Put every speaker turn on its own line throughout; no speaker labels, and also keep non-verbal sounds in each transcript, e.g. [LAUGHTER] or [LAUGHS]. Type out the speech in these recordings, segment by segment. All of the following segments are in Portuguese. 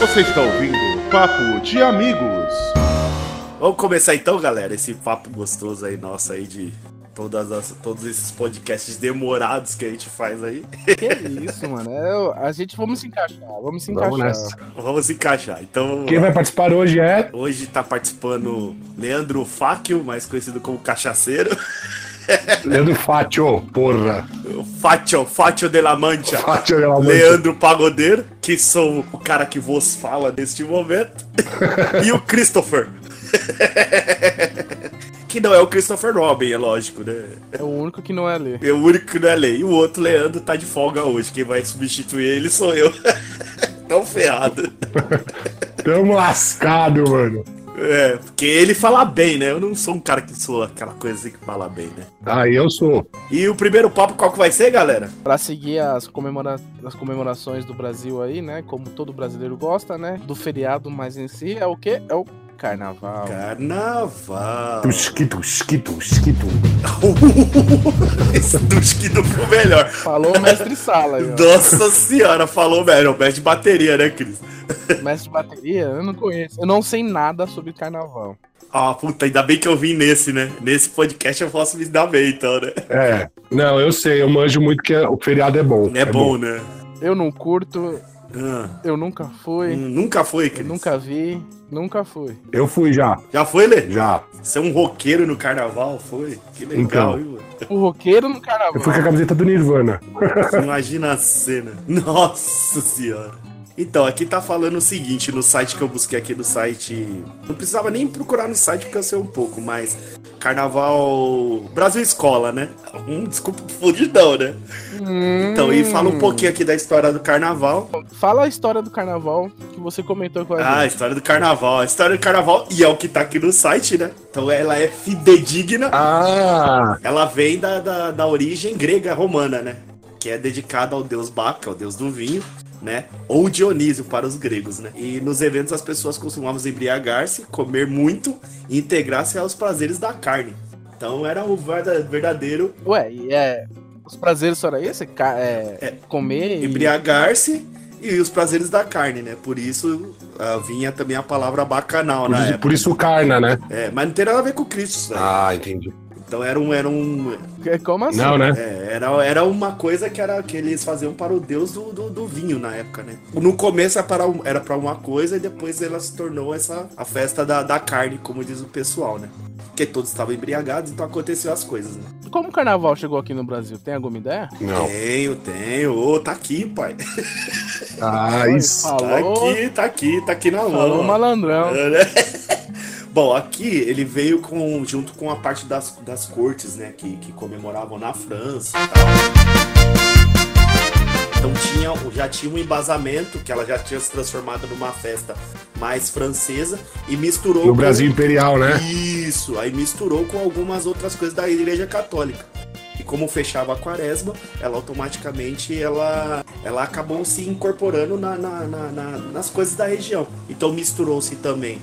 Você está ouvindo Papo de Amigos.
Vamos começar então, galera, esse papo gostoso aí nosso aí de todas as- todos esses podcasts demorados que a gente faz aí.
Que isso, mano. É, a gente vamos se encaixar. Vamos se encaixar.
Vamos nessa.
Vamos encaixar. Então, vamos
Quem
lá.
vai participar hoje é.
hoje tá participando Leandro Fáquio, mais conhecido como Cachaceiro. [LAUGHS]
Leandro Fátio, porra.
O Fátio, Fátio de la Mancha.
[LAUGHS] Fátio, pelo amor de Deus.
Leandro Pagodeiro, que sou o cara que vos fala neste momento. [LAUGHS] e o Christopher. [LAUGHS] que não é o Christopher Robin, é lógico, né?
É o único que não é ler.
É o único que não é lei. E o outro, Leandro, tá de folga hoje. Quem vai substituir ele sou eu. [LAUGHS] Tão ferrado.
Tamo lascado, mano.
É, porque ele fala bem, né? Eu não sou um cara que sou aquela coisa assim que fala bem, né?
Ah, eu sou.
E o primeiro papo qual que vai ser, galera?
Pra seguir as, comemora as comemorações do Brasil aí, né? Como todo brasileiro gosta, né? Do feriado, mas em si é o quê? É o carnaval.
Carnaval.
Tusquito, esquito, esquito.
Esse Dusk não foi o melhor.
Falou o mestre Sala. aí, ó.
Nossa senhora, falou melhor. Mestre de bateria, né, Cris?
[LAUGHS]
mestre de bateria, eu não conheço. Eu não sei nada sobre carnaval.
Ah, puta, ainda bem que eu vim nesse, né? Nesse podcast eu posso me dar bem, então, né?
É. Não, eu sei, eu manjo muito que o feriado é bom.
É, bom, né?
Eu não curto,
Ah, hum,
eu nunca fui,
nunca foi,
eu
Cris.
nunca vi, nunca fui.
Eu fui já,
Já foi, Lê?
já.
Você é um roqueiro no carnaval, foi? Que legal,
Então.
viu?
O roqueiro no
Eu fui com
carnaval.
a camiseta do Nirvana.
Imagina a cena. Nossa senhora. Então, aqui tá falando o seguinte, no site que eu busquei aqui no site. Não precisava nem procurar no site porque eu sei um pouco, mas. Carnaval Brasil Escola, né? Hum, desculpa [LAUGHS] o fundidão, né? Então, e fala um
Hum.
pouquinho aqui da história do carnaval.
Fala a história do carnaval que você comentou com a gente.
Ah, a história do carnaval. A história do carnaval, e é o que tá aqui no site, né? Então ela é fidedigna.
Ah!
Ela vem da, da, da origem grega romana, né? Que é dedicada ao deus Baca, o deus do vinho, né? Ou Dionísio para os gregos, né? E nos eventos as pessoas costumavam embriagar-se, comer muito e integrar-se aos prazeres da carne. Então era o verda- verdadeiro
Ué, e é. Os prazeres só era esse? Ca- É,
É.
Comer. e-
embriagar-se e os prazeres da carne, né? Por isso ah, vinha também a palavra bacanal
Por,
na
isso-
época.
por isso o Carna, né?
É, mas não tem nada a ver com Cristo, isso aí.
Ah, entendi.
Então era um, era um,
É, Como assim?
Não, né?
É, era, era uma coisa que, era, que eles faziam para o deus do, do, do vinho na época, né? No começo era para, um- era para uma coisa e depois ela se tornou essa, a festa da, da carne, como diz o pessoal, né? Porque todos estavam embriagados, então aconteceu as coisas, né?
Como o carnaval chegou aqui no Brasil? Tem alguma ideia?
É.
Não.
Tenho, tenho. Ô, tá aqui, pai.
Ah, isso.
Tá
Falou,
aqui, tá aqui, tá aqui na mão.
falou malandrão.
É, né? [LAUGHS] Bom, aqui ele veio com, junto com a parte das, das cortes, né? Que, que comemoravam na França e tal. Então tinha, já tinha um embasamento, que ela já tinha se transformado numa festa mais francesa e misturou.
No
com-
Brasil Imperial, né?
Isso, aí misturou com algumas outras coisas da Igreja Católica. E como fechava a quaresma, ela automaticamente ela, ela acabou se incorporando na- na- na- na- nas coisas da região. Então misturou-se também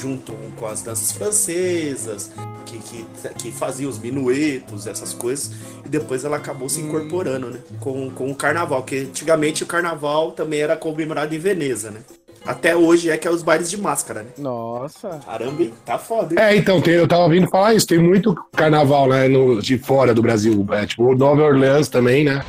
junto um com as danças francesas, que, que, que faziam os minuetos, essas coisas, e depois ela acabou se incorporando né, com, com o carnaval, que antigamente o carnaval também era comemorado em Veneza, né? Até hoje é que é os bailes de máscara, né?
Nossa.
Caramba, hein? tá foda, hein?
É, então, tem- eu tava ouvindo falar isso. Tem muito carnaval, né? no- de fora do Brasil. É, tipo, o Nova Orleans também, né?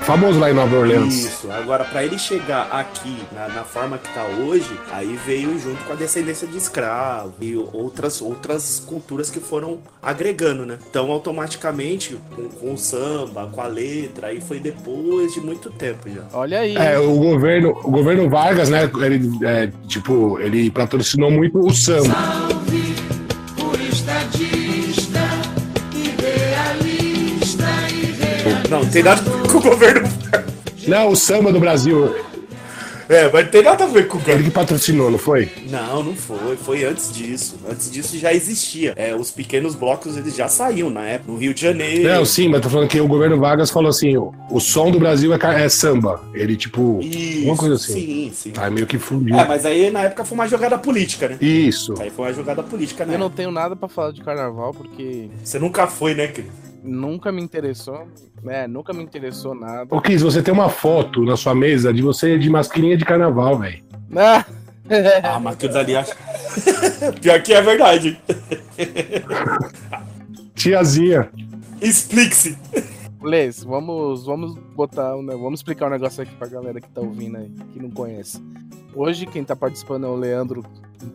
Famoso lá em Nova Orleans.
Isso, agora para ele chegar aqui na, na forma que tá hoje, aí veio junto com a descendência de escravo e outras, outras culturas que foram agregando, né? Então automaticamente com, com o samba, com a letra, aí foi depois de muito tempo já.
Olha aí.
É, o governo, o governo Vargas, né? Ele, é, tipo, ele patrocinou muito o samba.
Não, tem nada a ver com o governo.
Não, o samba do Brasil.
É, mas não tem nada a ver com o
Ele que patrocinou, não foi?
Não, não foi. Foi antes disso. Antes disso já existia. É, os pequenos blocos eles já saíam na época. No Rio de Janeiro.
Não, sim, mas tô falando que É, o governo Vargas falou assim: o, o som do Brasil é, ca- é samba. Ele, tipo,
Isso,
uma coisa assim.
Sim, sim.
Aí meio que fundiu.
É, mas aí na época foi uma jogada política, né?
Isso.
Aí foi uma jogada política, né?
Eu não tenho nada pra falar de carnaval, porque
Você nunca foi, né, querido?
nunca me interessou, né? Nunca me interessou nada. [LAUGHS]
Ô, Cris, você tem uma foto na sua mesa de você de mascarinha de carnaval, velho.
Ah,
Ah, mas aquilo dali acho. [LAUGHS] Pior que é verdade.
Tiazinha.
Explique-se.
Les, vamos, vamos botar, um ne- vamos explicar um negócio aqui pra galera que tá ouvindo aí, que não conhece. Hoje quem tá participando é o Leandro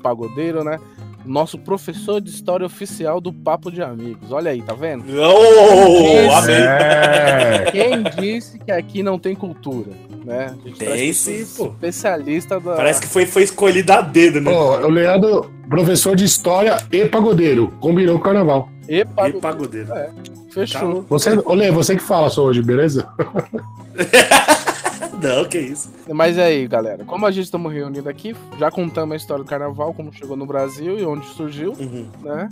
Pagodeiro, né? Nosso professor de história oficial do Papo de Amigos. Olha aí, tá vendo?
Oh,
Isso.
amém.
É.
[LAUGHS]
Quem disse que aqui não tem cultura, né? A gente
Tem
traz
sim,
pessoas
pô.
Especialista da.
Parece que foi, foi escolhido a dedo, né?
Ó, o Leandro, professor de história e pagodeiro. Combinou com o carnaval.
E
E Tá
Pagodeiro.
pagodeiro.
Fechou.
Você, ô, Lê, você que fala só hoje, beleza?
Ah, Não, que isso.
Mas é aí, galera, como a gente estamos reunidos aqui, já contamos a história do carnaval, como chegou no Brasil e onde surgiu,
Uhum.
né?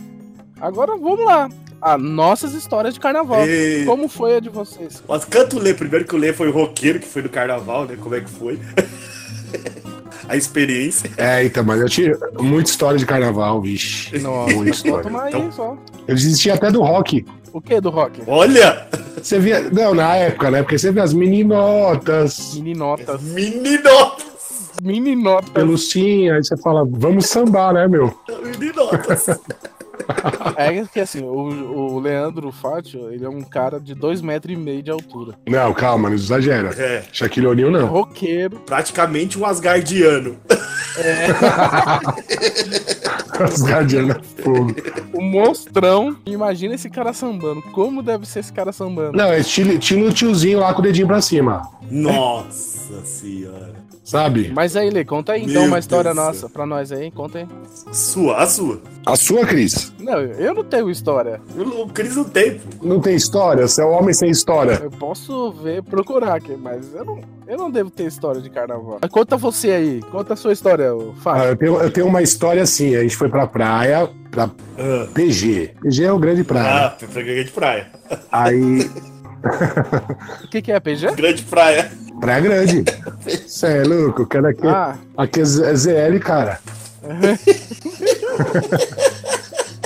Agora vamos lá. As nossas histórias de carnaval.
E...
Como foi a de vocês?
Mas canto Lê, primeiro que o Lê foi o roqueiro, que foi do carnaval, né? Como é que foi? [LAUGHS] a experiência.
É, então, mas eu tinha muita história de carnaval, vixe.
Nossa,
Muita
vou
história.
tomar aí
Então-
só.
Eu desisti até do rock.
O que do rock?
Olha!
Você via. Não, na época, né? Porque você via as meninotas,
Meninotas.
Meninotas!
Meninotas.
pelucinha, aí você fala, vamos sambar, né, meu?
Meninotas!
É que assim, o, o Leandro Fátio, ele é um cara de dois metros e meio de altura.
Não, calma, não exagera.
É,
Shaquille O'Neal, não. [LAUGHS]
Roqueiro.
praticamente um asgardiano.
As guardianas tá fogo.
O um monstrão. Imagina esse cara sambando. Como deve ser esse cara sambando?
Não, é estilo, estilo tiozinho lá com o dedinho pra cima,
Nossa senhora.
sabe?
Mas aí, Lê, conta aí então
Meu
uma história
Deus do
nossa pra nós aí. Conta aí.
Sua, a sua.
A sua, Cris?
Não, eu não tenho história.
O o Cris não tem, pô.
Não tem história? Você é um homem sem história.
Eu posso ver, procurar aqui, mas eu não, eu não devo ter história de carnaval. Mas Conta você aí. Conta a sua história, ô
Ah,
Fátio.
eu, tenho, eu tenho uma história assim, a gente foi pra praia, pra
Ah,
PG. PG é o grande praia.
ah pra pra grande praia.
Aí,
Ah,
O que, que é, PG?
Grande praia.
[LAUGHS]
praia grande. Você é louco, cara aqui,
Ah,
aqui é Z- é
[LAUGHS]
ZL, cara.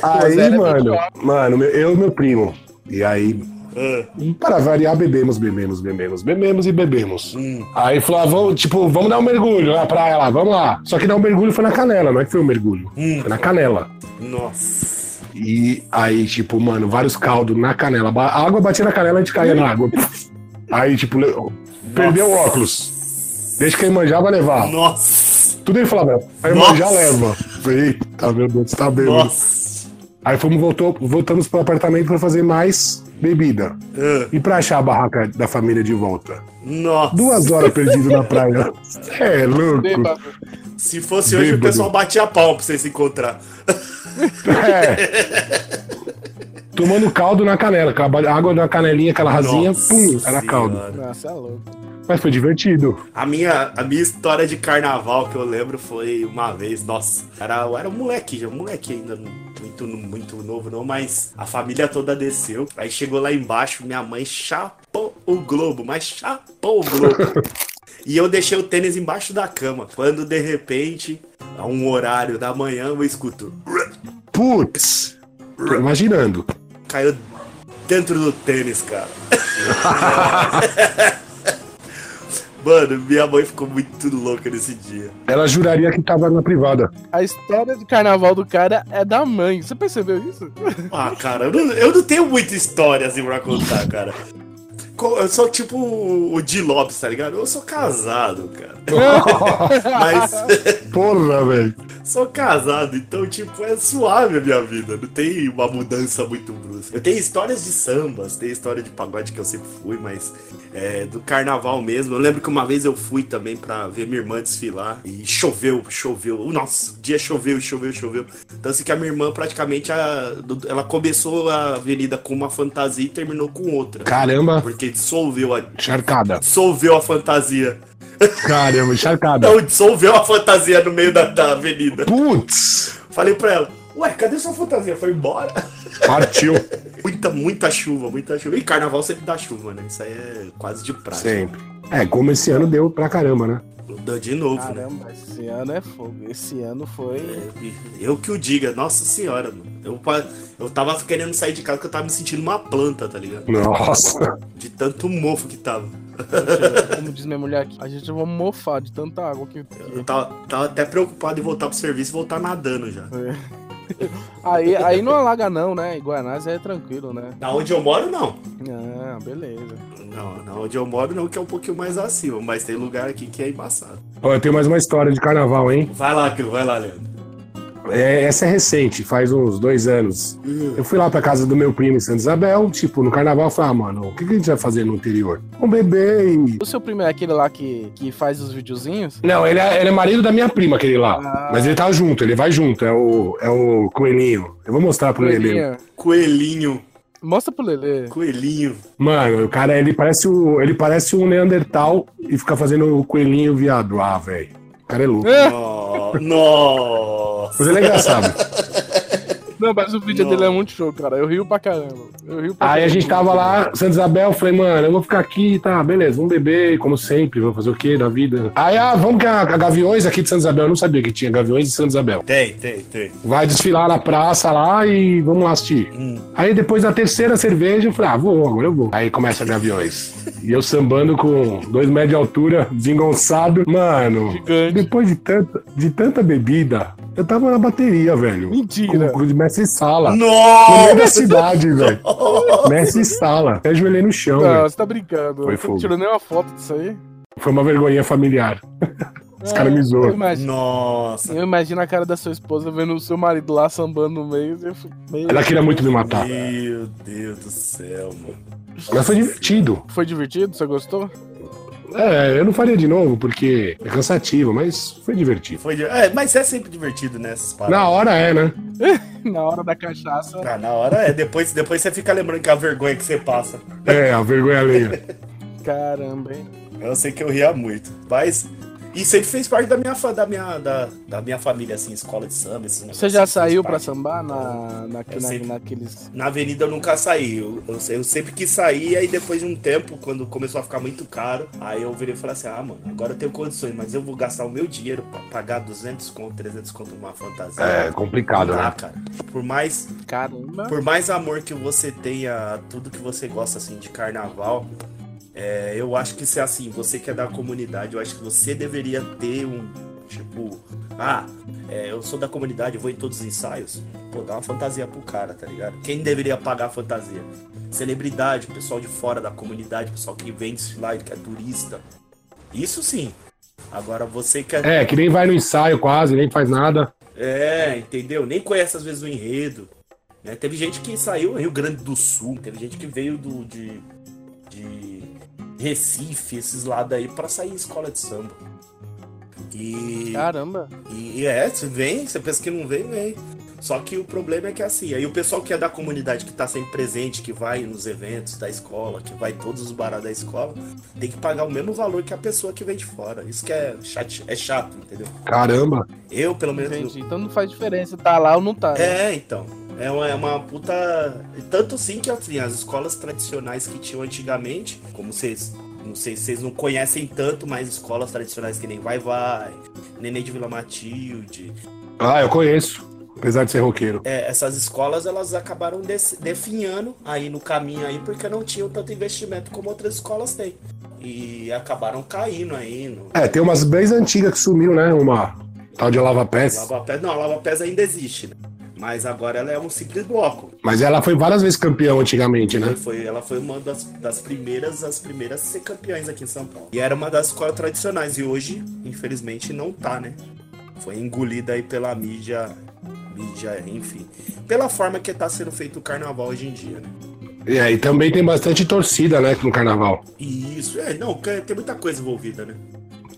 Pô, ZL
aí,
é
mano,
muito
mano, meu- eu e meu primo. E aí,
Ah,
para variar, bebemos, bebemos, bebemos, bebemos e bebemos.
hum.
Aí falou, ah, vamos, tipo, vamos dar um mergulho na praia lá, vamos lá. Só que dar um mergulho foi na canela, não é que foi um mergulho.
Hum.
Foi na canela.
Nossa.
E aí, tipo, mano, vários caldos na canela. Ba- A água batia na canela, a gente caía na água. Aí, tipo, le- perdeu o
Nossa.
óculos. Deixa que a Imanjá vai levar.
Nossa.
Tudo ele falava, a Imanjá
Nossa.
leva. Falei, Eita, meu Deus, tá bêbado.
Nossa.
Aí fomos, voltou, voltamos pro apartamento pra fazer mais bebida.
Ah,
E pra achar a barraca da família de volta.
nossa.
Duas horas perdido na praia. É louco.
bêbado.
Se fosse hoje,
Bêbado.
o pessoal batia pau pra você se encontrar.
É. Tomando caldo na canela, com a água na canelinha, aquela rasinha,
Nossa
pum, era caldo.
Senhora.
Nossa, é louco.
Mas foi divertido.
A minha, a minha história de carnaval que eu lembro foi uma vez, nossa, era, eu era um moleque, já um moleque ainda não- muito, muito novo não, mas a família toda desceu. Aí chegou lá embaixo, minha mãe chapou o globo, mas chapou o globo. e eu deixei o tênis embaixo da cama. Quando de repente, a um horário da manhã, eu escuto.
Putz! Tô imaginando.
Caiu dentro do tênis, cara. [LAUGHS] Mano, minha mãe ficou muito louca nesse dia.
Ela juraria que tava na [LAUGHS] privada.
A história de carnaval do cara é da mãe. Você percebeu isso?
Ah, cara, eu não, eu não tenho muita história assim pra contar, cara. Co- Eu sou tipo o o Di Lopes, tá ligado? Eu sou casado, cara.
[LAUGHS]
Mas
Porra, velho.
sou casado, então, tipo, é suave a minha vida. Não tem uma mudança muito brusca. Eu tenho histórias de sambas, tenho história de pagode que eu sempre fui, mas é, do carnaval mesmo. Eu lembro que uma vez eu fui também pra ver minha irmã desfilar e choveu, choveu. Nossa, o dia choveu, choveu, choveu. Então, assim que a minha irmã praticamente a- do- ela começou a avenida com uma fantasia e terminou com outra.
Caramba,
Porque dissolveu a,
encharcada.
dissolveu a fantasia.
Caramba, encharcada.
Não, dissolveu a fantasia no meio da, da avenida.
Putz!
Falei pra ela, ué, cadê sua fantasia? Foi embora?
Partiu.
[LAUGHS] Muita, muita chuva, muita chuva. E carnaval sempre dá chuva, né? Isso aí é quase de praxe.
Sempre. É, como esse ano deu pra caramba, né?
Dá De novo, né? É,
Caramba, esse ano é fogo. Esse ano foi.
Eu que o diga, nossa senhora, mano. Eu, pa- eu tava querendo sair de casa porque eu tava me sentindo uma planta, tá ligado?
Nossa.
De tanto mofo que tava.
Como diz minha mulher aqui, a gente vai mofar de tanta água que.
Eu tava, tava até preocupado em voltar pro serviço e voltar nadando já.
Aí, aí não alaga, não, né? Em Guanás é tranquilo, né?
Na onde eu moro, não.
Ah, beleza.
Não, na onde eu moro, não, que é um pouquinho mais acima. Mas tem lugar aqui que é embaçado.
Ó, eu tenho mais uma história de carnaval, hein?
Vai lá, Cru, vai lá, Leandro.
É, essa é recente, faz uns dois anos. Eu fui lá pra casa do meu primo em Santa Isabel, tipo, no carnaval, eu falei, ah, mano, o que que a gente vai fazer no interior? Um bebê e...
O seu primeiro é aquele lá que, que faz os videozinhos?
Não, ele é, ele é marido da minha prima, aquele lá.
Ah.
Mas ele tá junto, ele vai junto, é o, é o coelhinho. Eu vou mostrar pro Lelê.
Coelhinha.
Coelhinho,
Mostra pro Lelê.
coelhinho.
Mano, o cara, ele parece, o, ele parece um Neandertal e fica fazendo o coelhinho viado. Ah, velho. O cara é louco.
Ah,
No- Nossa.
Mas ele é engraçado.
não, mas o vídeo
Não.
dele é muito show, cara. Eu rio pra caramba. Eu rio pra
Aí a
caramba.
gente tava lá, Santa Isabel, falei, mano, eu vou ficar aqui, tá, beleza, vamos beber, como sempre, vou fazer o quê da vida? Aí, ah, vamos que a, a Gaviões aqui de Santa Isabel, eu não sabia que tinha Gaviões de Santa Isabel.
Tem, tem, tem.
Vai desfilar na praça lá e vamos lá assistir.
Hum.
Aí depois da terceira cerveja, eu falei, ah, vou, agora eu vou. Aí começa Gaviões. e eu sambando com dois metros de altura, desengonçado. Mano,
Gigante.
depois de tanta, de tanta bebida, eu tava na bateria, velho.
Mentira.
Com, com de mestre sala. No meio da
Nossa!
cidade, velho. Messi sala. Até ajoelhei no chão,
Não,
velho.
você tá brincando.
Foi
você
fogo.
não tirou nem uma foto disso aí? É,
Foi uma vergonha familiar. Os caras me
Eu
zoam.
imagino,
Nossa.
eu imagino a cara da sua esposa vendo o seu marido lá sambando no meio. e Eu fui, meio...
Ela queria muito me matar.
Meu Deus do céu, mano.
Mas foi divertido.
Foi divertido? Você gostou? [LAUGHS]
É, eu não faria de novo, porque é cansativo, mas foi divertido.
Foi de- é, mas é sempre divertido, né? Essas
Na
paradas.
hora é, né?
Na hora da cachaça.
Ah, na hora é. Depois, depois você fica lembrando que é a vergonha que você passa.
É, a vergonha alheia.
Caramba, hein?
Eu sei que eu ria muito. Mas isso sempre fez parte da minha, fa- da minha, da, da minha família, assim, escola de samba. esses
Você
negócios
já
assim,
saiu
faz
pra
parte.
sambar na, na,
Eu
na-
sempre-
naqueles.
Na avenida eu nunca saí. Eu, eu, eu sempre quis sair, aí depois de um tempo, quando começou a ficar muito caro, aí eu virei e falei assim: ah, mano, agora eu tenho condições, mas eu vou gastar o meu dinheiro pra pagar 200 conto, 300 conto numa fantasia.
[LAUGHS] É
Não
complicado,
dá,
né?
cara. Por mais,
Caramba.
por mais amor que você tenha a tudo que você gosta assim de carnaval, é, eu acho que se é assim, você que é da comunidade, eu acho que você deveria ter um tipo, ah, é, eu sou da comunidade, eu vou em todos os ensaios, pô, dá uma fantasia pro cara, tá ligado? Quem deveria pagar a fantasia? Celebridade, pessoal de fora da comunidade, pessoal que vem desfilar, que é turista. Isso sim. Agora você que é
É, que nem vai no ensaio quase, nem faz nada.
é, entendeu? Nem conhece às vezes o enredo. né? Teve gente que saiu do Rio Grande do Sul, teve gente que veio do, de, de Recife, esses lados aí, pra sair em escola de samba. E,
Caramba.
e é, se vem, você pensa que não vem, vem. Só que o problema é que é assim, aí o pessoal que é da comunidade, que tá sempre presente, que vai nos eventos da escola, que vai todos os baratos da escola, tem que pagar o mesmo valor que a pessoa que vem de fora. Isso que é chato, é chato entendeu?
Caramba.
Eu, pelo menos,
Entendi. Então não faz diferença tá lá ou não tá. né?
É, então. É uma, é uma puta. Tanto sim que assim, as escolas tradicionais que tinham antigamente, como vocês. Não sei se vocês não conhecem tanto, mas escolas tradicionais que nem Vai Vai, Neném de Vila Matilde.
Ah, eu conheço. Apesar de ser roqueiro.
É, essas escolas elas acabaram des- definhando aí no caminho aí, porque não tinham tanto investimento como outras escolas têm. E acabaram caindo aí no.
É, tem umas bem antigas que sumiu, né? Uma tal de Lava Pés.
Lava Pés. Não, a Lava Pés ainda existe, né? Mas agora ela é um simples bloco.
Mas ela foi várias vezes campeão antigamente, né?
Foi- foi- ela foi uma das, das primeiras, as primeiras a ser campeões aqui em São Paulo. E era uma das escolas tradicionais. E hoje, infelizmente, não tá, né? Foi engolida aí pela mídia. Mídia, enfim. Pela forma que tá sendo feito o carnaval hoje em dia, né?
E aí também tem bastante torcida, né? No carnaval.
E isso, é, não, que- tem muita coisa envolvida, né?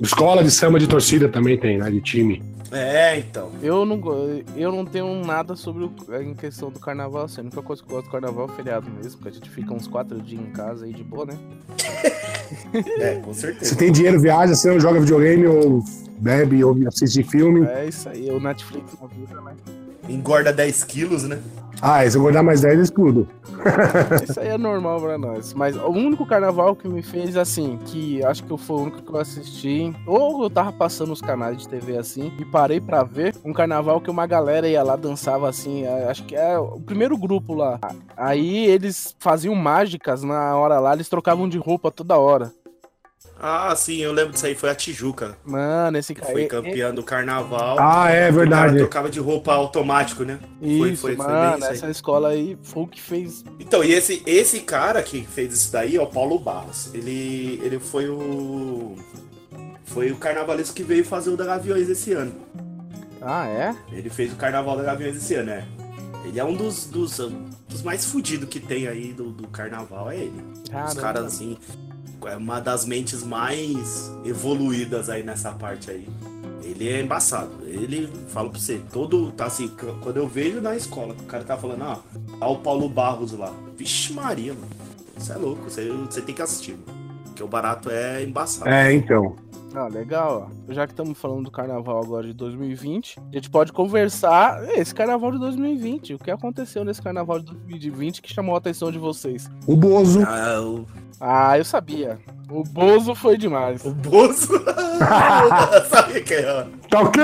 Escola de samba de torcida também tem, né? De time.
É, então.
Eu não, go- eu não tenho nada sobre o, em questão do carnaval, assim. A única coisa que eu gosto do carnaval é o feriado mesmo, porque a gente fica uns quatro dias em casa aí de boa, né?
É, com
Você
certeza.
tem dinheiro, viaja, você não joga videogame ou bebe ou assiste filme.
É isso aí, é o Netflix na vida, né?
Engorda 10 quilos, né?
Ah, e se eu guardar mais 10, eu explodo.
Isso aí é normal pra nós. Mas o único carnaval que me fez assim, que acho que foi o único que eu assisti, ou eu tava passando os canais de TV assim, e parei pra ver um carnaval que uma galera ia lá, dançava assim, a- acho que é o primeiro grupo lá. Aí eles faziam mágicas na hora lá, eles trocavam de roupa toda hora.
Ah, sim, eu lembro disso aí. Foi a Tijuca,
Mano, esse
que
cara. é
foi campeã do carnaval.
Ah, é
O cara
verdade.
trocava de roupa automático, né?
Isso,
foi- foi bem
mano,
isso aí.
essa escola aí foi o que fez.
Então, e esse, esse cara que fez isso daí é o Paulo Barros. Ele, ele foi o. Foi o carnavalesco que veio fazer o da Gaviões esse ano.
Ah, é?
Ele fez o carnaval da Gaviões esse ano, é. Ele é um dos, dos, dos mais fudidos que tem aí do, do carnaval, é ele. Os
Caramba.
caras, assim, é uma das mentes mais evoluídas aí nessa parte aí. Ele é embaçado. Ele, falo pra você, todo, tá assim, c- quando eu vejo na escola, que o cara tá falando, ah, tá o Paulo Barros lá. Vixe Maria, mano. Isso é louco, você, você tem que assistir, mano. Porque o barato é embaçado.
É, então.
Ah, legal, ó. Já que estamos falando do carnaval agora de 2020, a gente pode conversar eh, esse carnaval de 2020. O que aconteceu nesse carnaval de 2020 que chamou a atenção de vocês?
O Bozo.
Ah, o,
Ah, eu sabia. O Bozo foi demais.
o Bozo. [LAUGHS] Sabia quem era?
Tá ok?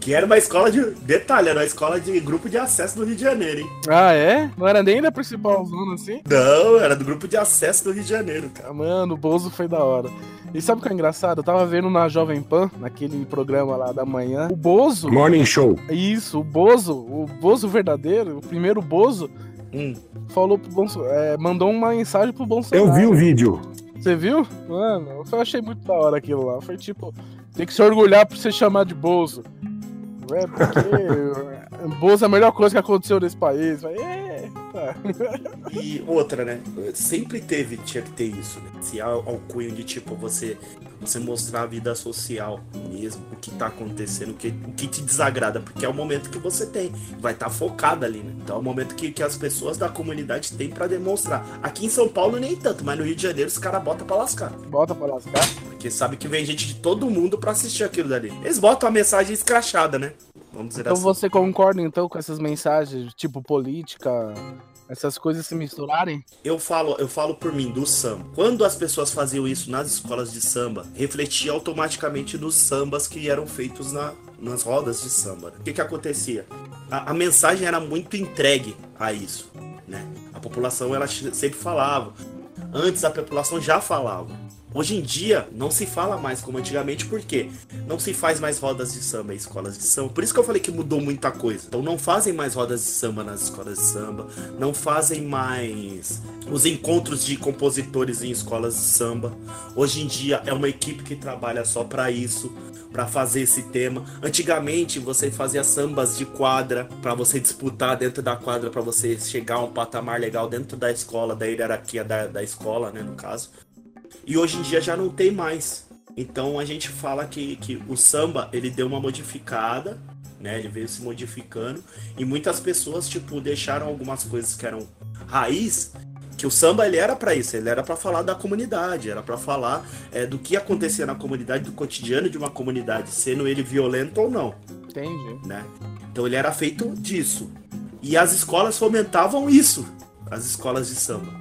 Que era uma escola de. Detalhe, era uma escola de grupo de acesso do Rio de Janeiro, hein?
Ah, é? Não era nem da principal zona assim?
Não, era do grupo de acesso do Rio de Janeiro, cara.
Ah, Mano, o Bozo foi da hora. E sabe o que é engraçado? Eu tava vendo na Jovem Pan, naquele programa lá da manhã, o Bozo.
Morning Show.
Isso, o Bozo, o Bozo verdadeiro, o primeiro Bozo,
Hum.
falou pro Bolso- eh, mandou uma mensagem pro Bolsonaro.
Eu vi o vídeo.
Você viu? Mano, eu achei muito da hora aquilo lá. Foi tipo, tem que se orgulhar por você chamar de Bozo. É, porque [LAUGHS] Bozo é a melhor coisa que aconteceu nesse país. Vai, é, tá.
E outra, né? Sempre teve, tinha que ter isso, né? Se há alcunho de tipo você você mostrar a vida social mesmo, o que tá acontecendo, o que, o que te desagrada, porque é o momento que você tem, vai estar tá focado ali, né? Então é o momento que, que as pessoas da comunidade têm pra demonstrar. Aqui em São Paulo nem tanto, mas no Rio de Janeiro os caras botam pra lascar,
Bota pra lascar.
porque sabe que vem gente de todo mundo pra assistir aquilo dali. Eles botam a mensagem escrachada, né? Vamos dizer
Então
assim.
você concorda então com essas mensagens, tipo política, essas coisas se misturarem?
Eu falo, eu falo por mim, do samba. Quando as pessoas faziam isso nas escolas de samba, refletia automaticamente nos sambas que eram feitos na- nas rodas de samba. né? O que, que acontecia? A, a mensagem era muito entregue a isso. Né? A população ela che- sempre falava. Antes a população já falava. Hoje em dia não se fala mais como antigamente, por quê? Não se faz mais rodas de samba em escolas de samba. Por isso que eu falei que mudou muita coisa. Então não fazem mais rodas de samba nas escolas de samba, não fazem mais os encontros de compositores em escolas de samba. Hoje em dia é uma equipe que trabalha só pra isso, pra fazer esse tema. Antigamente você fazia sambas de quadra pra você disputar dentro da quadra pra você chegar a um patamar legal dentro da escola, da hierarquia da, da escola, né, no caso. E hoje em dia já não tem mais. Então a gente fala que, que o samba ele deu uma modificada, né? Ele veio se modificando e muitas pessoas tipo deixaram algumas coisas que eram raiz que o samba ele era pra isso, ele era pra falar da comunidade, era pra falar eh, do que acontecia na comunidade, do cotidiano de uma comunidade, sendo ele violento ou não,
Entendi.
né? Então ele era feito disso. E as escolas fomentavam isso, as escolas de samba.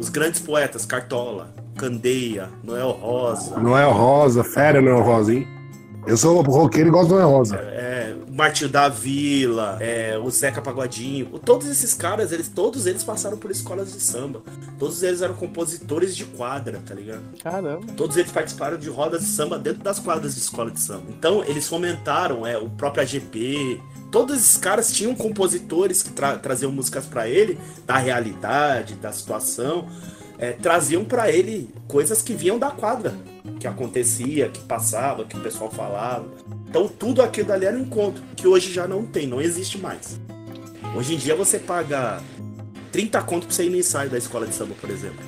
Os grandes poetas, Cartola, Candeia, Noel Rosa,
Noel é Rosa, fera Noel Rosa, hein? Eu sou roqueiro e gosto do Noel Rosa.
é, o Martinho da Vila, é, o Zeca Pagodinho, o- todos esses caras, eles, todos eles passaram por escolas de samba. Todos eles eram compositores de quadra, tá ligado?
Caramba.
Todos eles participaram de rodas de samba dentro das quadras de escola de samba. Então, eles fomentaram é, o próprio AGP. Todos esses caras tinham compositores que tra- traziam músicas pra ele, da realidade, da situação. é, traziam pra ele coisas que vinham da quadra, que acontecia, que passava, que o pessoal falava. Então, tudo aquilo dali era um encontro, que hoje já não tem, não existe mais. Hoje em dia, você paga 30 conto pra você ir no ensaio da escola de samba, por exemplo.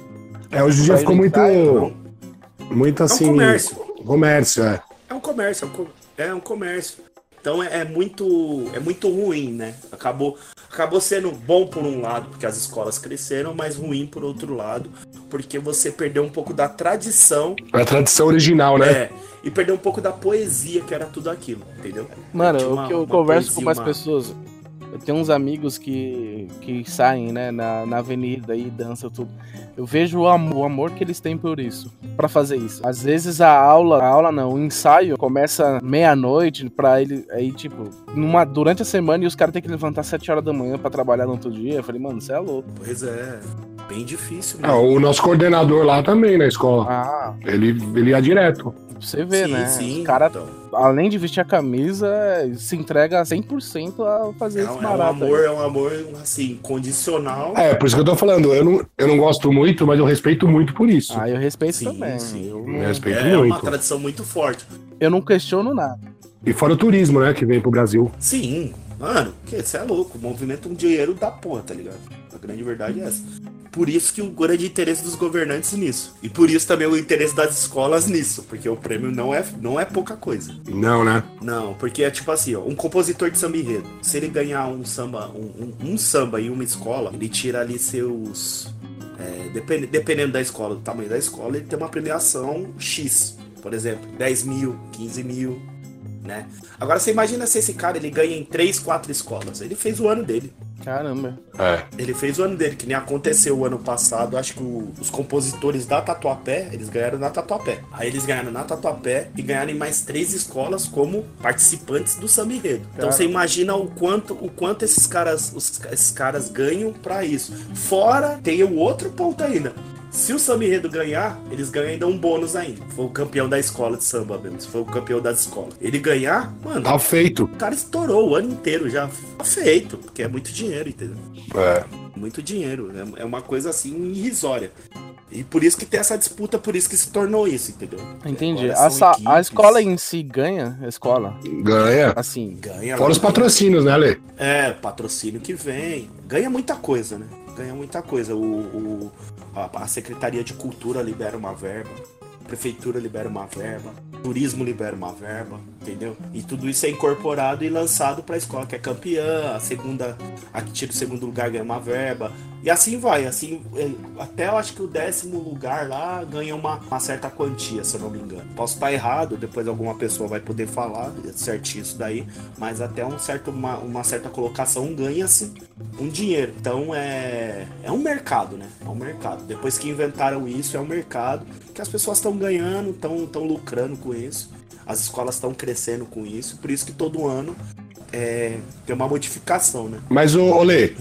É, hoje em dia ficou muito,
Então,
muito
é um
assim.
comércio.
Comércio, é.
É um comércio, é um, co- é um comércio. Então é, é muito é muito ruim, né? Acabou acabou sendo bom por um lado, porque as escolas cresceram, mas ruim por outro lado, porque você perdeu um pouco da tradição,
É A tradição original, né?
é, e perdeu um pouco da poesia que era tudo aquilo, entendeu?
Mano,
Tinha
o
uma-
que eu
uma
converso
poesia,
com mais
uma-
pessoas. Eu tenho uns amigos que, que saem, né, na, na avenida e dançam tudo. Eu vejo o amor, o amor que eles têm por isso, pra fazer isso. Às vezes a aula, a aula não, o ensaio começa meia-noite pra ele, aí tipo, numa, durante a semana e os caras têm que levantar sete horas da manhã pra trabalhar no outro dia. Eu falei, mano, você é louco.
Pois é, bem difícil
Ah,
mesmo.
o nosso coordenador lá também na escola.
Ah,
Ele, ele ia direto.
você vê,
sim,
né?
sim.
O cara,
então,
além de vestir a camisa, se entrega 100% a fazer
é,
esse
um, é um
barato. aí.
amor, é um amor assim, condicional.
É, por isso que eu tô falando. Eu não, eu não gosto muito, mas eu respeito muito por isso.
Ah, eu respeito
Sim,
também.
sim.
Eu,
eu
não,
respeito
É uma
muito.
tradição muito forte.
eu não questiono nada.
E fora o turismo, né, que vem pro Brasil.
Sim, mano, que você é louco. Movimenta um dinheiro da porra, tá ligado? A grande verdade é essa. Por isso que o grande interesse dos governantes nisso. E por isso também o interesse das escolas nisso. Porque o prêmio não é, não é pouca coisa.
Não, né?
Não, porque é tipo assim, ó, um compositor de samba enredo, se ele ganhar um samba, um, um- um samba em uma escola, ele tira ali seus. é, depende- dependendo da escola, do tamanho da escola, ele tem uma premiação X, por exemplo, 10 mil, 15 mil, né? Agora você imagina se esse cara ele ganha em 3, 4 escolas. Ele fez o ano dele.
Caramba.
É.
Ele fez o ano dele, que nem aconteceu o ano passado. Acho que o- os compositores da Tatuapé, eles ganharam na Tatuapé. Aí eles ganharam na Tatuapé e ganharam em mais três escolas como participantes do Samba Enredo. Então
Cara.
você imagina o quanto, o quanto esses caras, os- esses caras ganham pra isso. Fora tem o outro ponto ainda. Se o Samba Enredo ganhar, eles ganham ainda um bônus ainda. Foi o campeão da escola de samba mesmo. Foi o campeão das escolas. Ele ganhar, mano,
Tá feito.
o cara estourou o ano inteiro já. Tá feito, porque é muito dinheiro, entendeu?
É.
muito dinheiro. né? É uma coisa assim irrisória. E por isso que tem essa disputa, por isso que se tornou isso, entendeu?
Entendi.
Agora
A,
são
sa- a
equipes.
escola em si ganha a escola?
Ganha.
Assim.
Ganha
Fora os patrocínios, né, Lê?
É, patrocínio que vem. Ganha muita coisa, né? Ganha muita coisa. O, o- a, a Secretaria de Cultura libera uma verba. A Prefeitura libera uma verba, turismo libera uma verba, entendeu? E tudo isso é incorporado e lançado pra escola que é campeã, a segunda, a que tira o segundo lugar ganha uma verba. E assim vai, assim, é, até eu acho que o décimo lugar lá ganha uma, uma certa quantia, se eu não me engano. Posso estar errado, depois alguma pessoa vai poder falar certinho isso daí, mas até um certo, uma, uma certa colocação ganha-se um dinheiro. Então é, é um mercado, né? É um mercado. Depois que inventaram isso, é um mercado que as pessoas estão ganhando, estão tão lucrando com isso. As escolas estão crescendo com isso, por isso que todo ano é, tem uma modificação, né?
Mas, ô, ô Lê,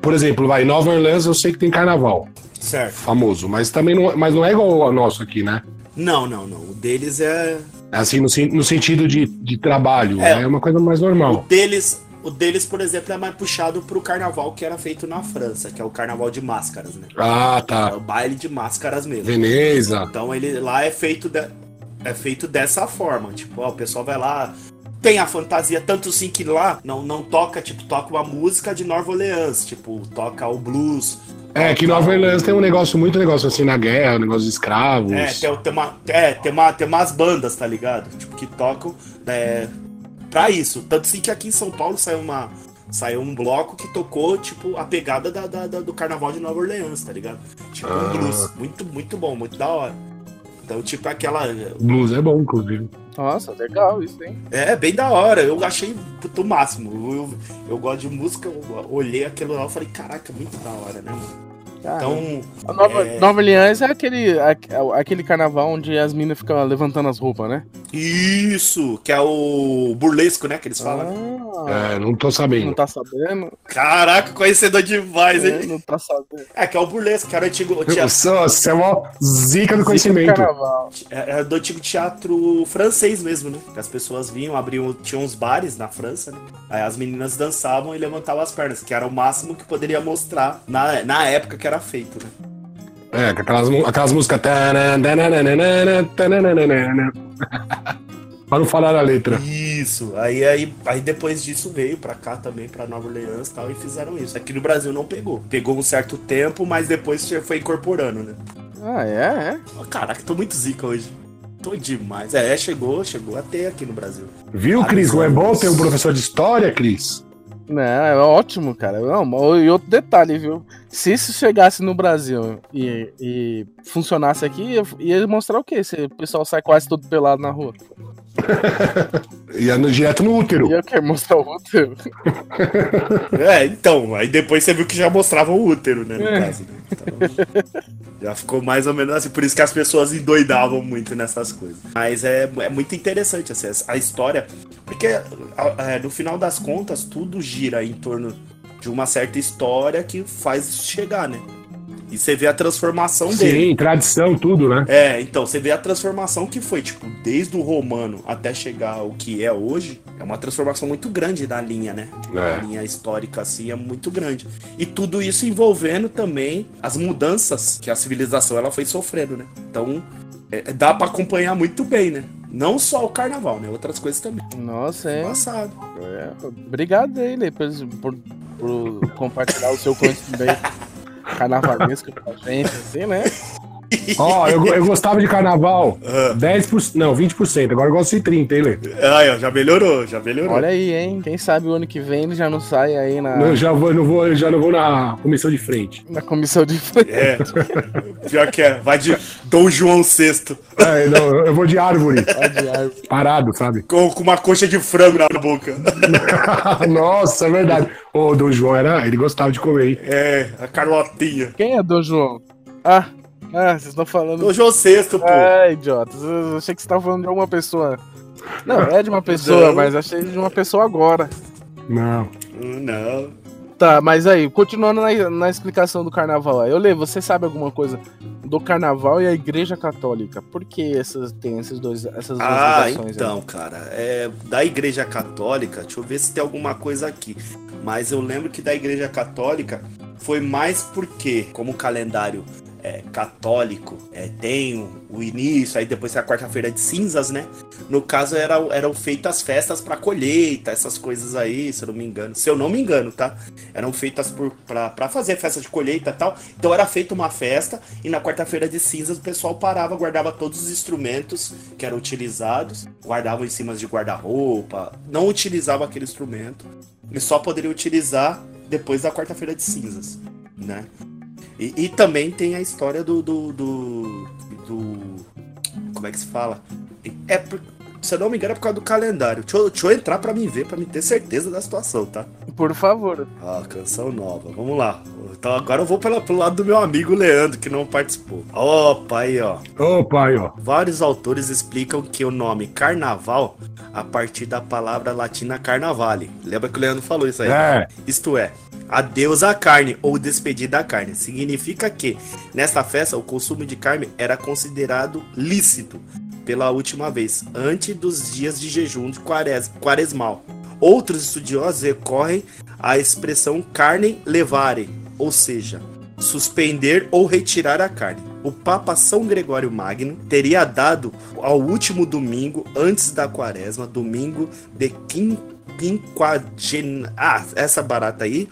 por exemplo, vai, em Nova Orleans eu sei que tem carnaval
Certo.
famoso, mas também não, mas não é igual ao nosso aqui, né?
Não, não, não. O deles é.
Assim, no, sen- no sentido de, de trabalho,
É.
né? é uma coisa mais
O
normal.
deles, o deles, por exemplo, é mais puxado pro carnaval que era feito na França, que é o carnaval de máscaras, né?
Ah,
É
tá.
o baile de máscaras mesmo.
Veneza.
Então ele lá é feito da- é feito dessa forma, tipo, ó, o pessoal vai lá tem a fantasia tanto assim que lá não não toca, tipo, toca uma música de Nova Orleans, tipo, toca o blues.
É, que Nova Orleans tem um negócio, muito negócio assim na guerra, um negócio de escravos.
É, tem, tem, uma, é, tem, uma, tem umas bandas, tá ligado? Tipo, que tocam é, pra isso. Tanto assim que aqui em São Paulo saiu uma. Saiu um bloco que tocou, tipo, a pegada da, da- da- do carnaval de Nova Orleans, tá ligado? Tipo, um
Ah.
blues. Muito, muito bom, muito da hora. Então, tipo, aquela.
Blues é bom, inclusive.
Nossa, legal isso, hein?
É, bem da hora. Eu achei puta, o máximo. Eu, eu gosto de música, eu olhei aquilo lá e falei, caraca, muito da hora, né, mano?
Então,
Então,
a Nova,
é-
Nova Orleans é aquele, a- aquele carnaval onde as minas ficam levantando as roupas, né?
isso, que é o burlesco, né, que eles falam.
Ah,
É, não tô
não
sabendo.
tá sabendo?
Caraca, conhecedor demais, hein?
É, não tá sabendo.
É, que é o burlesco, que era o antigo,
Eu
teatro,
sou, você é mó zica do
Zica do
conhecimento.
carnaval.
era é, do antigo teatro francês mesmo, né? Que as pessoas vinham, abriam, tinham uns bares na França, né? Aí as meninas dançavam e levantavam as pernas, que era o máximo que poderia mostrar na, na época que era feito, né?
É, com aquelas, mu- aquelas músicas. tananana, tananana. Pra não falar a letra.
Isso, aí, aí, aí depois disso veio pra cá também, pra Nova Orleans e tal, e fizeram isso. Aqui no Brasil não pegou. Pegou um certo tempo, mas depois já foi incorporando, né?
Ah, é, é.
Ó, caraca, tô muito zica hoje. Tô demais. É, chegou, chegou até aqui no Brasil.
Viu, Cris? Como é bom ter um professor de história, Cris?
Não, é ótimo, cara. Não, e outro detalhe, viu? Se isso chegasse no Brasil e, e funcionasse aqui, ia, ia mostrar o quê? Se o pessoal sai quase todo pelado na rua.
Ia no- direto no útero.
Ia quer mostrar é o outro.
É, então, aí depois você viu que já mostrava o útero, né, no
É.
caso. né? Então, já ficou mais ou menos assim, por isso que as pessoas endoidavam muito nessas coisas. Mas é, é muito interessante assim, a história, porque a- é, no final das contas tudo gira em torno de uma certa história que faz isso chegar, né? E você vê a transformação dele.
Sim, tradição, tudo, né?
É, então, você vê a transformação que foi, tipo, desde o romano até chegar ao que é hoje, é uma transformação muito grande da linha, né? A
É.
linha histórica, assim, é muito grande. E tudo isso envolvendo também as mudanças que a civilização ela foi sofrendo, né? Então, é- é- dá pra acompanhar muito bem, né? Não só o carnaval, né? Outras coisas também.
Nossa, é.
Passado.
é. Obrigado aí, Lê, por, por, por compartilhar o seu conhecimento carnavalesco com a gente, assim, né?
Ó, eu, eu gostava de carnaval.
Ah.
10%, não, 20%. Agora eu gosto de 30%, hein, Lê?
É, Aí, ó, já melhorou, já melhorou.
Olha aí, hein? Quem sabe o ano que vem ele já não sai aí na,
Eu já, vou, não vou, eu já não vou na comissão de frente.
na comissão de.
É. Pior que é, vai de Dom João VI
É, não, eu- eu vou de árvore, parado, sabe?
com, com uma coxa de frango na boca.
Nossa, é verdade. O Dom João era, ele gostava de comer, hein?
É, a Carlotinha.
Quem é Dom João? Ah, ah, vocês estão falando.
Dom João VI, pô.
Ah, idiota. Eu achei que você tava falando de alguma pessoa. Não, é de uma pessoa,
Não.
mas achei de uma pessoa agora.
Não.
Hum, Não.
Tá, mas aí, continuando na, na explicação do carnaval aí. Eu leio, você sabe alguma coisa do carnaval e a igreja católica? Por que essas, tem esses dois, essas duas
Ah,
ligações aí?
então, cara, é, da Igreja Católica, deixa eu ver se tem alguma coisa aqui. Mas eu lembro que da Igreja Católica foi mais porque, como o calendário é, católico é, tem o- o início, aí depois tem a quarta-feira de cinzas, né? No caso, era, eram feitas festas pra colheita, essas coisas aí, se eu não me engano. Se eu não me engano, tá? Eram feitas por- pra pra fazer festa de colheita e tal. Então era feita uma festa e na quarta-feira de cinzas o pessoal parava, guardava todos os instrumentos que eram utilizados, guardavam em cima de guarda-roupa, não utilizava aquele instrumento e só poderia utilizar depois da quarta-feira de cinzas, né? E, e também tem a história do, do, do, do- Como é que se fala? É por- se eu não me engano, é por causa do calendário. Deixa eu, deixa eu entrar pra me ver, pra me ter certeza da situação, tá?
Por favor.
Ah, canção nova. Vamos lá. Então agora eu vou pela, pro lado do meu amigo Leandro, que não participou. Opa, aí, ó.
Ô, pai, ó.
Vários autores explicam que o nome carnaval a partir da palavra latina carnavale. Lembra que o Leandro falou isso aí?
É,
Isto é, adeus à carne ou despedida da carne. Significa que, nesta festa, o consumo de carne era considerado lícito pela última vez, antes dos dias de jejum de quares- quaresmal. Outros estudiosos recorrem à expressão carne levare, ou seja, suspender ou retirar a carne. O Papa São Gregório Magno teria dado ao último domingo antes da quaresma, domingo de quin- quinquagena... Ah, essa barata aí,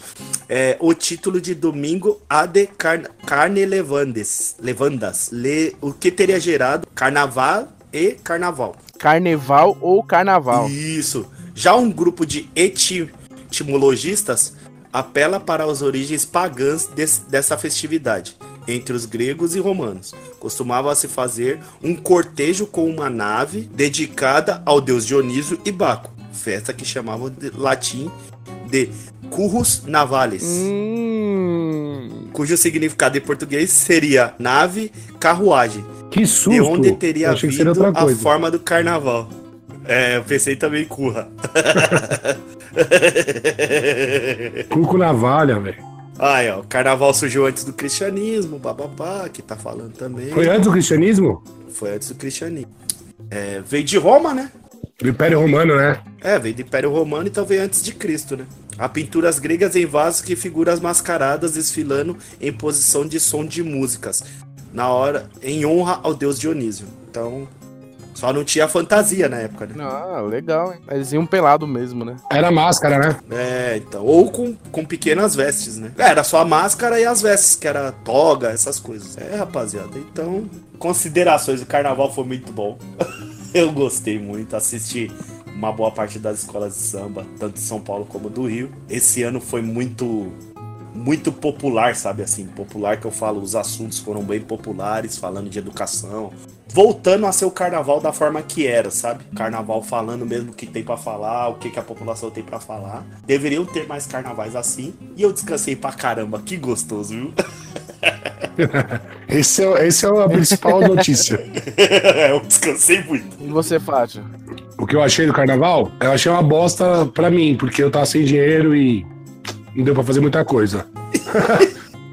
é, o título de domingo ad carne, carne levandes, levandas, le- o que teria gerado carnaval e carnaval.
Carnaval ou carnaval?
Isso. Já um grupo de eti- etimologistas apela para as origens pagãs des- dessa festividade, entre os gregos e romanos. Costumava se fazer um cortejo com uma nave dedicada ao deus Dionísio e Baco, festa que chamavam de latim de currus navales
Hum.
cujo significado em português seria nave carruagem,
que susto.
de onde teria
Eu achei que seria
vindo
outra
a
coisa.
forma do carnaval. É, eu pensei também em curra. [LAUGHS]
Cuco navalha, velho.
Aí, ó, o carnaval surgiu antes do cristianismo, bababá, que tá falando também.
Foi antes do cristianismo?
Foi antes do cristianismo. É, veio de Roma, né?
Do Império Romano, né?
É, veio do Império Romano, então veio antes de Cristo, né? Há pinturas gregas em vasos que figuras mascaradas desfilando em posição de som de músicas, na hora, em honra ao deus Dionísio. Então, Só não tinha fantasia na época, né?
Ah, legal, hein? Eles iam pelado mesmo, né?
Era máscara, né?
É, então. Ou com, com pequenas vestes, né? É, Era só a máscara e as vestes, que era toga, essas coisas. É, rapaziada. Então, considerações. O carnaval foi muito bom. [LAUGHS] Eu gostei muito. Assisti uma boa parte das escolas de samba, tanto de São Paulo como do Rio. Esse ano foi muito muito popular, sabe assim, popular que eu falo, os assuntos foram bem populares, falando de educação, voltando a ser o carnaval da forma que era, sabe? Carnaval falando mesmo o que tem pra falar, o que, que a população tem pra falar. Deveriam ter mais carnavais assim. E eu descansei pra caramba, que gostoso, viu? [LAUGHS]
Esse é, esse é
[LAUGHS]
a principal notícia.
eu descansei muito.
E você, Fátia?
O que eu achei do carnaval, eu achei uma bosta pra mim, porque eu tava sem dinheiro e não deu pra fazer muita coisa. [LAUGHS]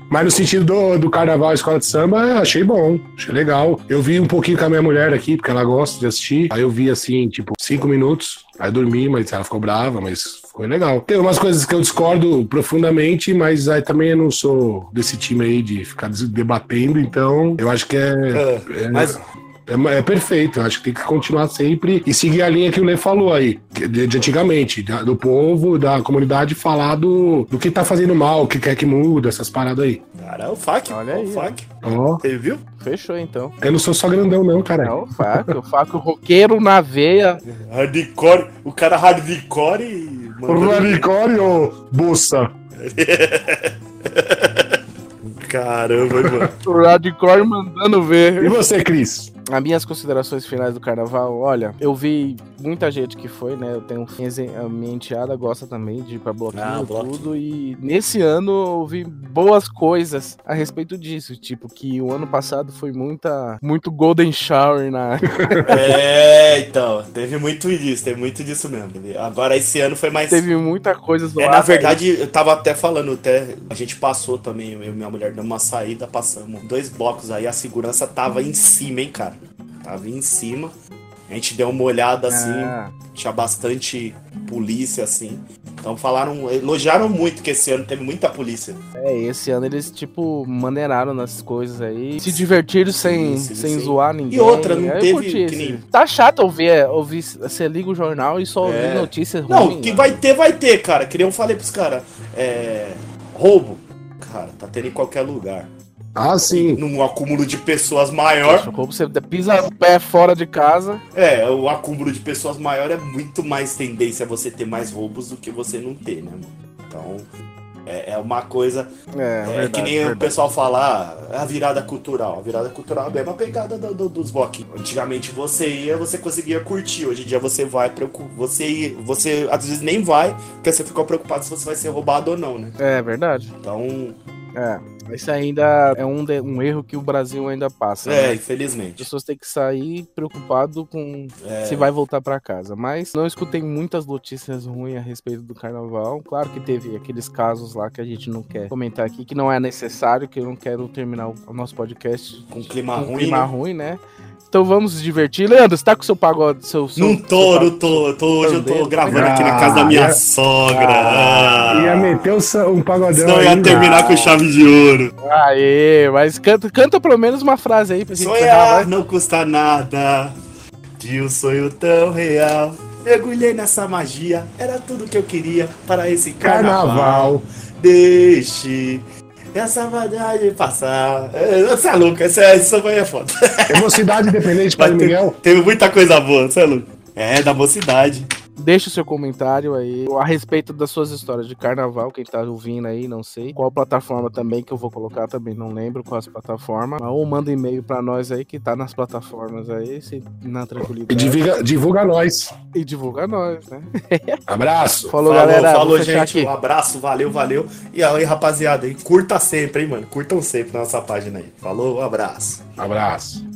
Mas no sentido do, do carnaval, escola de samba, eu achei bom, achei legal. Eu vi um pouquinho com a minha mulher aqui, porque ela gosta de assistir. Aí eu vi assim, tipo, cinco minutos. Aí dormi, mas ela ficou brava, mas foi legal. Tem umas coisas que eu discordo profundamente, mas aí também eu não sou desse time aí de ficar des- debatendo, então eu acho que é. é-
Mas
é, é perfeito, eu acho que tem que continuar sempre e seguir a linha que o Lê falou aí, que- de, de antigamente, da- do povo, da comunidade, falar do, do que tá fazendo mal, o que quer que muda, essas paradas aí.
Cara, é o fac.
Olha
Olha aí.
aí,
O fac.
Ó,
Você viu?
Fechou, então. É
eu não sou só grandão, não, cara.
Não, faco, faco roqueiro na veia.
Hardcore. O cara hardcore e. mandando-
Radicore ou bussa?
Caramba, mano.
O Radicor mandando ver.
E você, Cris?
As minhas considerações finais do carnaval, olha, eu vi muita gente que foi, né? Eu tenho minha zen- a minha enteada gosta também de ir pra bloquinho
Ah,
e
bloquinho.
tudo. E nesse ano eu vi boas coisas a respeito disso. Tipo, que o ano passado foi muita, muito Golden Shower na. [LAUGHS]
É, então, teve muito disso, teve muito disso mesmo. Agora esse ano foi mais.
Teve muita coisa zoada.
É, na verdade, eu tava até falando, até a gente passou também, eu e minha mulher deu uma saída, passamos dois blocos aí, a segurança tava em cima, hein, cara. Tava em cima. A gente deu uma olhada assim,
Ah,
tinha bastante polícia assim. Então falaram, elogiaram muito que esse ano teve muita polícia.
é, esse ano eles, tipo, maneiraram nas coisas aí. Se divertiram
Sim,
sem,
sim,
sem
sim.
zoar ninguém.
E outra, não
Aí eu
teve
curti
que
esse.
nem-
Tá chato ouvir, ouvir. Você liga o jornal e só ouvir
É.
notícias ruins.
Não, que
né?
vai ter, vai ter, cara. Que nem eu falei pros caras, é. Roubo. Cara, tá tendo em qualquer lugar.
Ah, sim.
Num acúmulo de pessoas maior,
Poxa, como você pisa o pé fora de casa.
É, o acúmulo de pessoas maior é muito mais tendência a você ter mais roubos do que você não ter, né, mano? Então, é, é uma coisa.
É,
É,
verdade,
que nem o
verdade.
pessoal fala, ah, a virada cultural. A virada cultural é a mesma pegada do- do- dos bloquinhos. Antigamente você ia, você conseguia curtir. Hoje em dia você vai, preocu- você, ir- você às vezes nem vai, porque você ficou preocupado se você vai ser roubado ou não, né?
É verdade.
Então,
É. Esse ainda é um, de- um erro que o Brasil ainda passa. né?
é,
As
infelizmente.
pessoas têm que sair preocupado com
É.
se vai voltar pra casa. Mas não escutei muitas notícias ruins a respeito do carnaval. Claro que teve aqueles casos lá que a gente não quer comentar aqui, que não é necessário, que eu não quero terminar o o nosso podcast
Com clima
com um
ruim.
clima
né?
ruim, né? Então vamos nos divertir. Leandro, você tá com seu pagode, seu. seu-
Não tô, não tô, eu tô- Hoje eu tô
Bandeira.
gravando aqui na casa da
Ah,
minha
é.
sogra.
Ia
Ah.
meter o sa- um pagodão.
Senão ia
ainda.
terminar com chave de ouro.
Aê, mas canta, canta pelo menos uma frase aí pra gente encerrar,
Sonhar não custa nada. De um sonho tão real. Mergulhei nessa magia. Era tudo que eu queria para esse carnaval.
Carnaval.
Deixe essa vaidade passar. É, Você é louco, essa, essa foi a foto.
É Mocidade independente para
Mas
Miguel.
[LAUGHS] Teve muita coisa boa, você é louco. É, da mocidade.
Deixa o seu comentário aí a respeito das suas histórias de carnaval, quem tá ouvindo aí, não sei. Qual plataforma também que eu vou colocar, também não lembro qual as plataformas. Ou manda e-mail pra nós aí que tá nas plataformas aí, se, na
E
tranquilidade.
divulga, divulga nós.
E divulga nós, né?
Abraço.
Falou, galera.
falou
vou
gente.
fechar
Um abraço, valeu, valeu. E aí, rapaziada, e curta sempre, hein, mano. Curtam sempre na nossa página aí. Falou, um abraço.
Abraço.